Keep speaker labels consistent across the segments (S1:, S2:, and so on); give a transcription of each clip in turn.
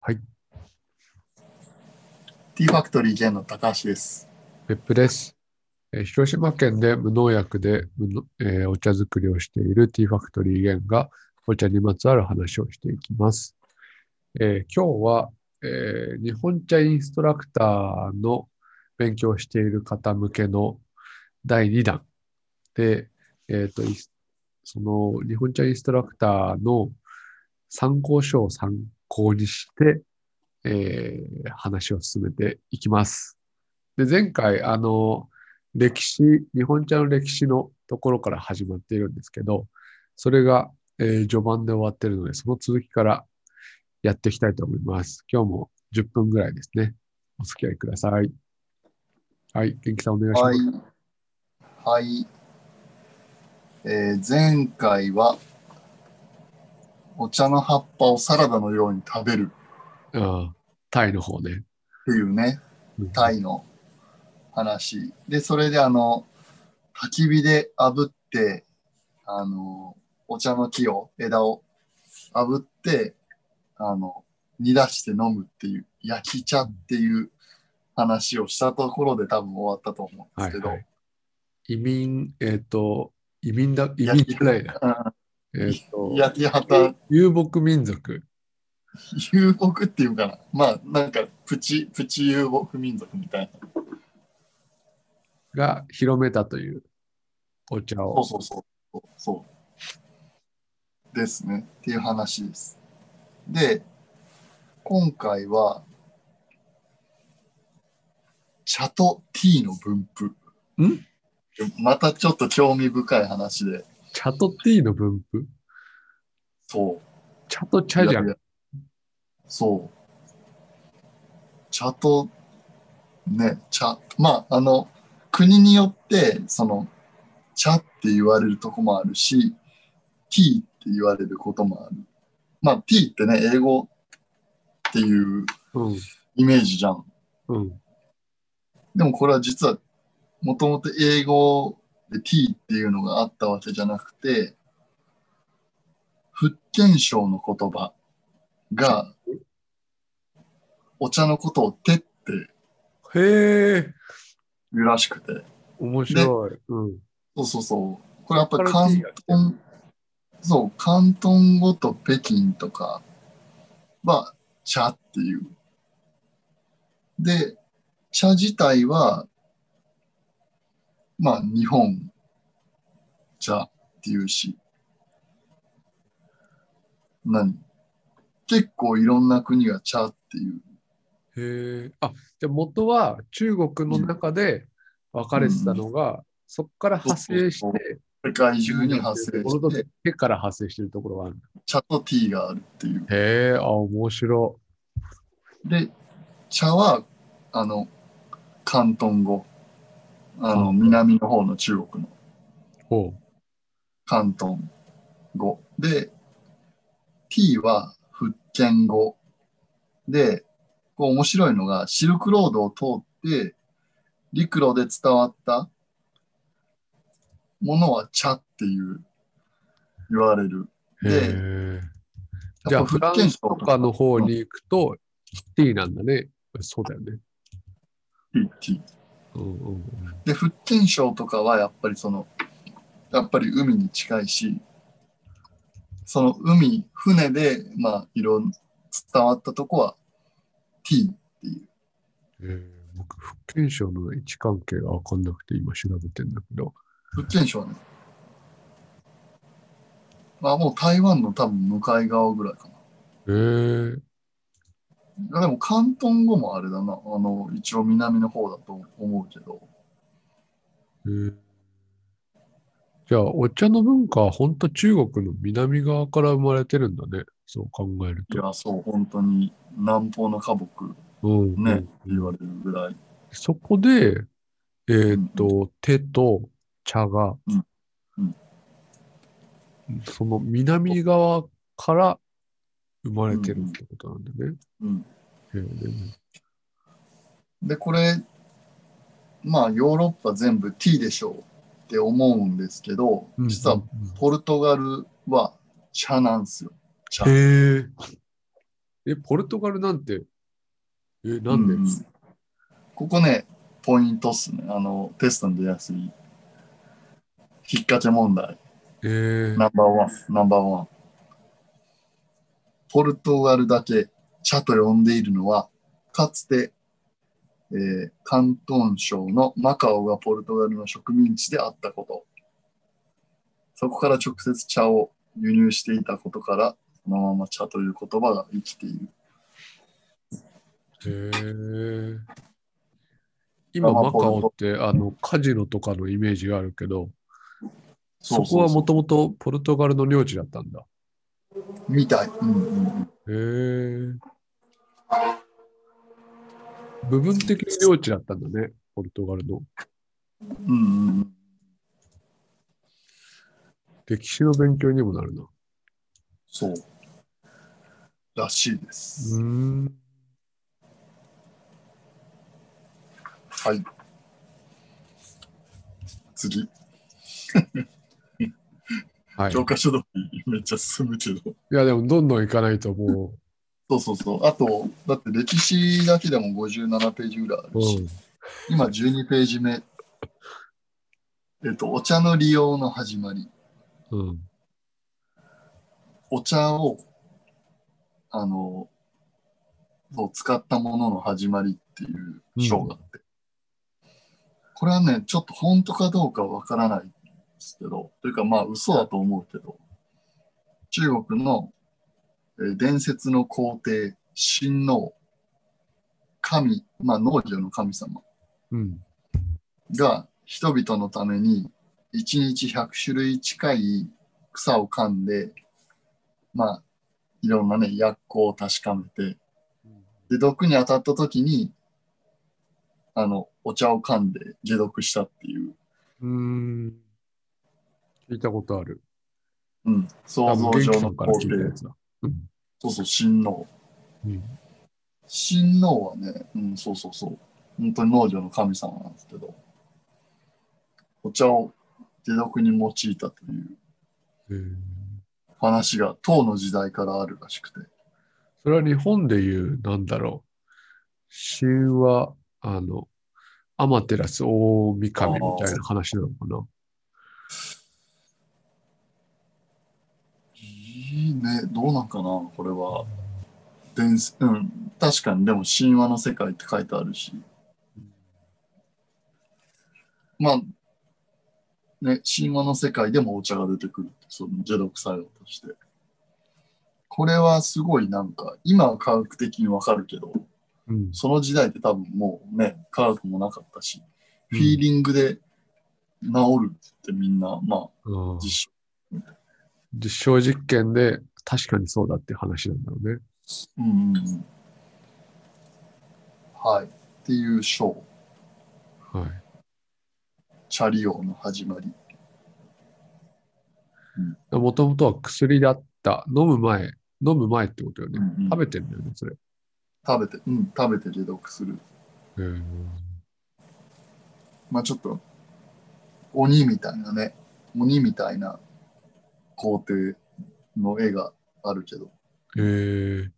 S1: はい。
S2: T ファクトリー J の高橋です。
S1: 別府です。えー広島県で無農薬で無の、えーお茶作りをしている T ファクトリーゲンがお茶にまつわる話をしていきます。えー今日は、えー日本茶インストラクターの勉強をしている方向けの第2弾で、えーと、いその日本茶インストラクターの参考書を参考にして、えー話を進めていきます。で、前回、あの、歴史、日本茶の歴史のところから始まっているんですけど、それが、えー序盤で終わっているので、その続きからやっていきたいと思います。今日も10分ぐらいですね。お付き合いください。はい、元気さんお願いしま
S2: は
S1: す。
S2: い。はい。えー前回は、お茶の葉っぱをサラダのように食べる
S1: うんタイの方ね。
S2: というね、
S1: うん
S2: タイの話。で、それであの、焚き火で炙って、あの、お茶の木を、枝を炙って、あの、煮出して飲むっていう、焼き茶っていう話をしたところで多分終わったと思うんで
S1: は
S2: すけ
S1: い、
S2: ど、
S1: はい。移民、えっ、と、移民だ、移民
S2: 焼き
S1: じゃないな。えっ、と、
S2: 焼き畑、
S1: 遊牧民族。
S2: 遊牧っていうかな。まあ、なんか、プチ、プチ遊牧民族みたいな。
S1: が広めたというお茶
S2: そ
S1: を
S2: うそうそう。そうそうですね。っていう話です。で、今回は、茶とティーの分布。
S1: ん
S2: またちょっと興味深い話で、
S1: 茶とティーの分布
S2: そう。
S1: 茶と茶じゃ
S2: いや
S1: ん。
S2: いやそう。茶と、ね、茶。まあ、あの、国によって、その、茶って言われるとこもあるし、ティーって言われることもある。まあ、ティーってね、英語っていう
S1: うん。
S2: イメージじゃん。
S1: うん。
S2: でもこれは実は、もともと英語で t っていうのがあったわけじゃなくて、福建省の言葉が、お茶のことをてって
S1: へえ、
S2: 言うらしくて。
S1: 面白い。うん。
S2: そうそうそう。これやっぱ
S1: こから
S2: 広
S1: T が来て
S2: 東、そう、広東語と北京とかは茶っていう。で、茶自体は、まあ日本茶っていうし、何結構いろんな国が茶っていう。
S1: へえ。あ、じゃあ元は中国の中で分かれてたのが、そこから派生し
S2: そうそ
S1: て、
S2: 世界中に発生
S1: ところ
S2: し
S1: と
S2: て、
S1: 手から派生してるところがあるんだ。
S2: 茶とティーがあるっていう。
S1: へえ、あ、面白
S2: で、茶は、あの、広東語。あの、
S1: うん
S2: 南の方の中国の
S1: い。ほう。
S2: 広東語。で、T は福建語。で、こう面白いのが、シルクロードを通って、陸路で伝わったものは茶っていう、言われる。
S1: へ
S2: で
S1: え。じゃあ、フ
S2: 福
S1: ラン
S2: 建
S1: ス
S2: 省
S1: とかの方に行くと、ティーなんだね。そうだよね。
S2: T T
S1: うんうん
S2: で、福建省とかはやっぱりその、やっぱり海に近いし、その海、船で、まあ、いろん、伝わったとこは、T。
S1: うん。へえ僕、福建省の位置関係が分かんなくて、今調べてんだけど。
S2: 福建省ね。まあ、もう台湾の多分向かい側ぐらいか
S1: へえ。
S2: な。でも、広東語もあれだな。あの、一応南の方だと思うけど。
S1: うんじゃあ、お茶の文化は本当中国の南側から生まれてるんだね。そう考える
S2: い
S1: と。
S2: や、そう、本当に南方の花木って
S1: うんうん
S2: ね言われるぐらい。
S1: そこで、えーっと、手と茶が
S2: うんうん、
S1: その南側から生まれてるってことなんだね。
S2: うん。
S1: へー
S2: で、これ、まあ、ヨーロッパ全部 T でしょうって思うんですけど、
S1: うん
S2: 実はポルトガルは茶なんですよ。茶
S1: へえ。え、ポルトガルなんて、え、なんで、
S2: うここね、ポイントっすね。あの、テストに出やすい。引っ掛け問題。
S1: えー
S2: ナンバーワン、ナンバーワン。ポルトガルだけ茶と呼んでいるのは、かつて、えー、関東省のマカオがポルトガルの植民地であったこと。そこから直接茶を輸入していたことから、そのまま茶という言葉が生きている。
S1: えー今、
S2: まあ
S1: マカ
S2: ポル
S1: オ
S2: ト
S1: ってあのカジノとかのイメージがあるけど、
S2: そ
S1: そう
S2: そうそ
S1: こは
S2: う
S1: もともとポルトガルの領地だったんだ。
S2: みたい。うんうんう
S1: へ
S2: ん。
S1: え。部分的に領地だったんだね、ポルトガルの。
S2: うんうんうん。
S1: 歴史の勉強にもなるな。う
S2: そう。らしいです。
S1: ーん。
S2: はい。次、
S1: はい。
S2: 教科書通りめっちゃ進むけど。
S1: いや、でもどんどん行かないとも
S2: そうそうそう。あと、だって歴史だけでも57ページぐらいあ
S1: う、
S2: るし、
S1: うん
S2: 今12ページ目。えっと、お茶の利用の始まり。
S1: うん。
S2: お茶を、あの、そう、使ったものの始まりっていう章があって。これはね、ちょっと本当かどうかわからないんですけど、というかまあ嘘だと思うけど、中国の、えー伝説の皇帝、神王、神、まあ農業の神様
S1: うん。
S2: が人々のために1日100種類近い草を噛んで、まあ、いろんなね、薬効を確かめて、で、毒に当たった時に、あの、お茶を噛んで解毒したっていう、
S1: うーん。聞いたことある。
S2: うん、
S1: 多
S2: 想
S1: 分
S2: 像
S1: 元気
S2: 上
S1: さ
S2: の
S1: んから
S2: 皇
S1: 聞いたや
S2: 帝、
S1: つだ。
S2: そうそう、神農。
S1: うん。
S2: 神農はね、うん、そうそうそう、本当に農業の神様なんですけど、お茶を解毒に用いたという
S1: えー
S2: 話が唐の時代からあるらしくて、
S1: それは日本でいう、なんだろう。神話、あの、アマテラス大神みたいな話なのかな。
S2: いいね、どうなんかな、これは。伝説うん、確かに、でも神話の世界って書いてあるし。まあ、ね、神話の世界でもお茶が出てくるって、その解毒作用として。これはすごいなんか、今は科学的にわかるけど、
S1: うん。
S2: その時代って多分もうね、科学もなかったし、
S1: うん
S2: フィーリングで治るってみんな、まあ、
S1: うん
S2: 実証
S1: 実証実験で確かにそうだっていう話なんだろうね。
S2: うんうんうんはい。っていう章、
S1: はい。
S2: チャリ王の始まり。
S1: もともとは薬だった。飲む前、飲む前ってことよね。食
S2: 食べ
S1: べてんだよね、それ。
S2: 食べて、うん、食べて解毒する。まあちょっと、鬼みたいなね、鬼みたいな皇帝の絵があるけど、
S1: えー、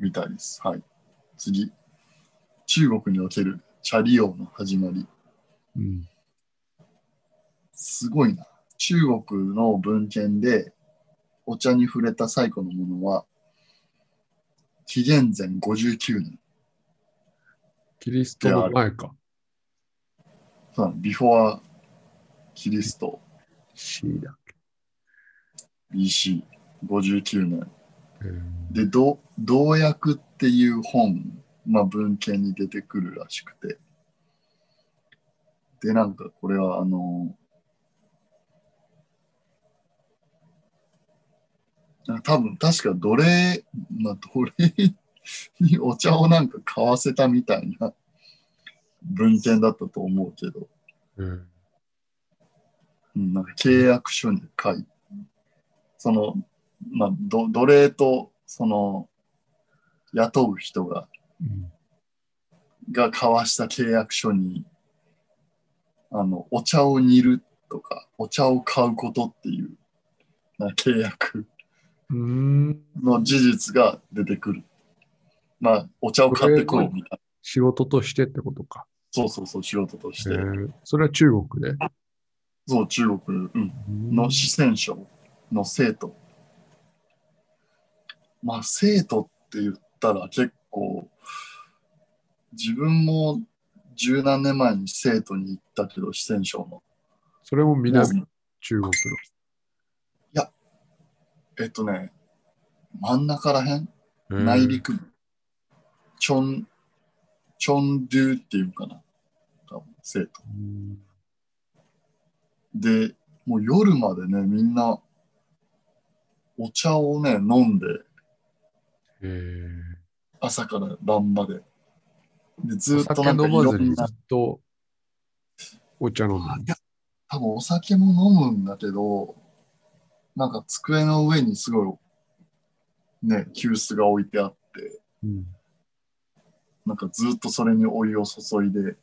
S2: みたいです。はい。次。中国におけるチャリ王の始まり。
S1: うん。
S2: すごいな。中国の文献でお茶に触れた最古のものは、紀元前59年。
S1: キリストの前か。
S2: そうなのビフォア・キリスト
S1: C だ。
S2: BC59 年。
S1: えー
S2: で、ど同訳っていう本、まあ文献に出てくるらしくて。で、なんかこれはあの、あ多分確か奴隷、まあ奴隷にお茶をなんか買わせたみたいな文献だったと思うけど、
S1: えー
S2: うん、なんか契約書に書いその、まあ、ど奴隷と、その、雇う人が、
S1: うん
S2: が交わした契約書に、あの、お茶を煮るとか、お茶を買うことっていう、な契約
S1: うーん。
S2: の事実が出てくる。まあ、お茶を買ってこ
S1: これ
S2: うみたいな。
S1: 仕事としてってことか。
S2: そうそうそう、仕事とし
S1: え
S2: て。
S1: ー、それは中国で。
S2: そう、中国、うん、の四川省の生徒。まあ、生徒って言ったら結構、自分も十何年前に生徒に行ったけど、四川省の。
S1: それも南中国の。
S2: えっとね、真ん中らへん
S1: えー
S2: 内陸部、チョン、チョンドゥっていうのかな、多分生徒。
S1: うん
S2: で、もう夜までね、みんな、お茶をね、飲んで、
S1: えー、
S2: 朝から晩まで。で、ず
S1: お
S2: っとな
S1: 酒
S2: んかい
S1: 飲ま
S2: ろ
S1: ず
S2: ん
S1: にず
S2: な
S1: っ、とお茶飲んだ。
S2: いや、多分お酒も飲むんだけど、なんか机の上にすごい、ね、急須が置いてあって、
S1: うん
S2: なんかずっとそれにお湯を注いで、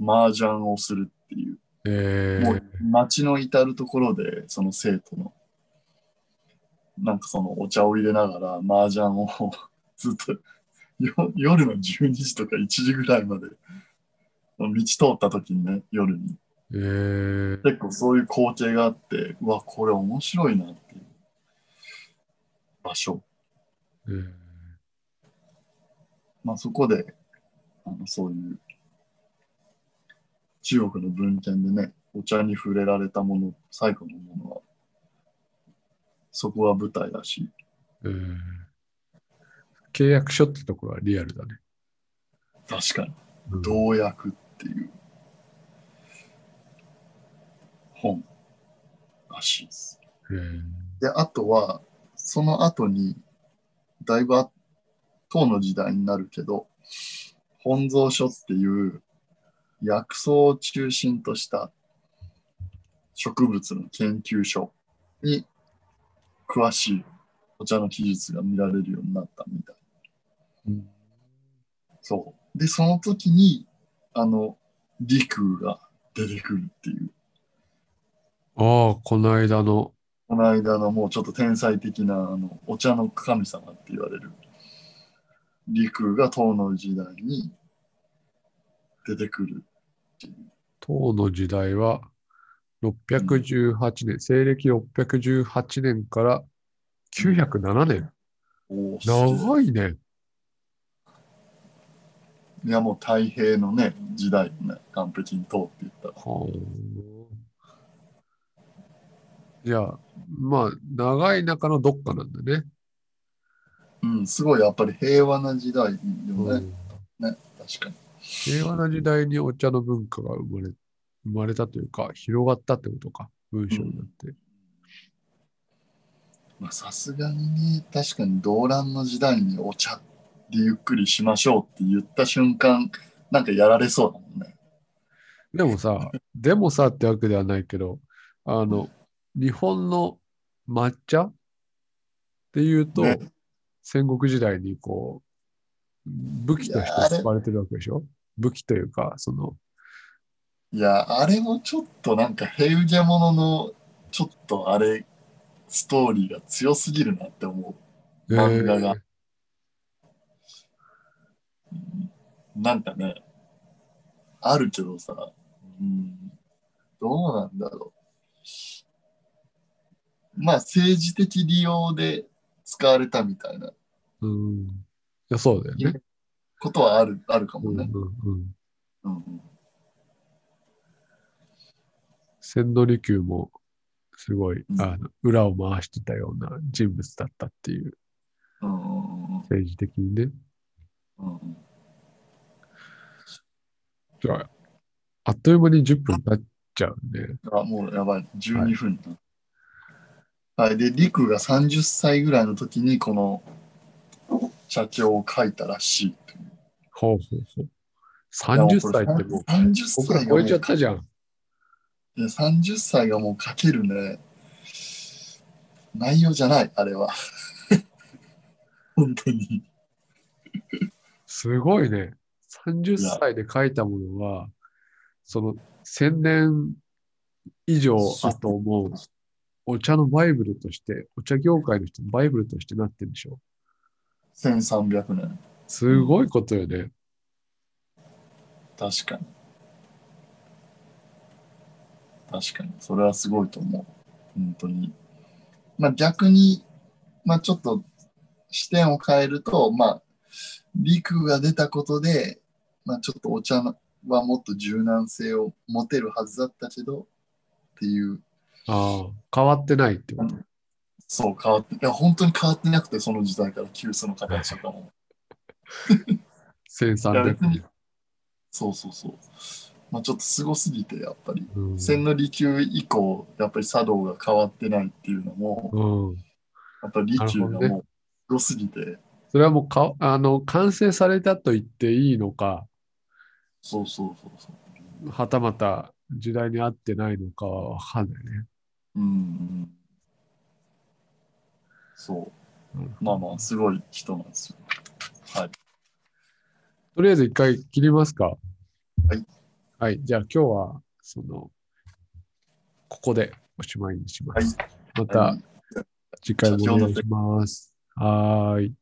S2: 麻雀をするっていう。
S1: え
S2: も
S1: ー
S2: う、街の至るところで、その生徒の、なんかそのお茶を入れながら、麻雀を ずっとよ、夜の12時とか1時ぐらいまで、道通った時にね、夜に。
S1: えー、
S2: 結構そういう光景があって、うわ、これ面白いなっていう場所。
S1: えー
S2: まあそこで、あのそういう、中国の文献でね、お茶に触れられたもの、最後のものは、そこが舞台だしい、
S1: えー契約書ってところはリアルだね。
S2: 確かに、
S1: うん
S2: 同訳っていう本らしいです。
S1: えー
S2: で、あとは、その後に、だいぶあ唐の時代になるけど、本草書っていう薬草を中心とした植物の研究所に詳しいお茶の技術が見られるようになったみたい。
S1: うん
S2: そう。で、その時に、あの、陸が出てくるっていう。
S1: ああ、この間の、
S2: この間のもうちょっと天才的なあのお茶の神様って言われる陸が唐の時代に出てくる。
S1: 唐の時代は、618年、西暦618年から907年。
S2: おーすげえ
S1: 長いね。
S2: いやもう太平のね時代をね完璧に唐って言ったら
S1: はあ。じゃあ、まあ、長い中のどっかなんだね。
S2: うんすごいやっぱり平和な時代よね、
S1: うん
S2: 確かに
S1: 平和な時代にお茶の文化が生まれ生まれたというか、広がったってことか、文章になって。
S2: まあさすがにね確かに動乱の時代にお茶でゆっくりしましょうって言った瞬間なんかやられそうだもんね
S1: でもさ、でもさってわけではないけど、あの、日本の抹茶っていうと、
S2: ね
S1: 戦国時代にこう、武器と
S2: いやあ
S1: して
S2: れ
S1: 使われてるわけでしょ武器というか、その、
S2: いや、あれもちょっとなんか、ヘウゲモノの、ちょっとあれ、ストーリーが強すぎるなって思漫画が
S1: えー
S2: う。なんかね、あるけどさ、うん、どうなんだろう。まあ、政治的利用で使われたみたいな
S1: うん。いや、そうだよね。
S2: ことはある、あるか
S1: う
S2: も
S1: んうん
S2: ね。
S1: うん。
S2: うんうん、
S1: 千利休も、すごい、
S2: うん
S1: あの、裏を回してたような人物だったっていう、
S2: うんうんうん
S1: 政治的にね。
S2: うんうん。
S1: じゃあ、あっという間に10分経っちゃうね。
S2: あ、もうやばい、12分だ。はい、で、リクが30歳ぐらいの時に、この、社長を書いたらしいという。
S1: ほうほうほう。30歳ってもう、
S2: 30
S1: 僕ら
S2: 歳がも
S1: 超
S2: う
S1: えちゃったじゃん。
S2: いや30歳がもう書けるね。内容じゃない、あれは。 本当に。
S1: すごいね。30歳で書いたものは、その1000年以上後もお茶のバイブルとして、お茶業界の人のバイブルとしてなってるでしょ。
S2: 1300年。
S1: すごいことよね。
S2: 確かに。確かに。それはすごいと思う。本当に。まあ逆に、まあちょっと視点を変えると、まあ、陸が出たことで、まあちょっとお茶のはもっと柔軟性を持てるはずだったけど、っていう、
S1: ああ、変わってないってこと。
S2: そう変わって、いや本当に変わってなくて、その時代から急須の形とか も。
S1: 1300年。
S2: そうそうそう。まあちょっとすごすぎて、やっぱり。
S1: うん
S2: 千利休以降、やっぱり茶道が変わってないっていうのも、
S1: うん。
S2: やっぱり利休が
S1: な
S2: も
S1: るほど
S2: う良すぎて、
S1: それはもうか、あの、完成されたと言っていいのか、
S2: そうそうそうそう。
S1: はたまた時代に合ってないのかはわかんないね。
S2: うん、うん。そう。まあまあ、すごい人なんですよ。はい。。
S1: とりあえず一回切りますか。はいはい。じゃあ今日は、その、ここでおしまいにします。また
S2: はい
S1: 次回もお願いします。はーい。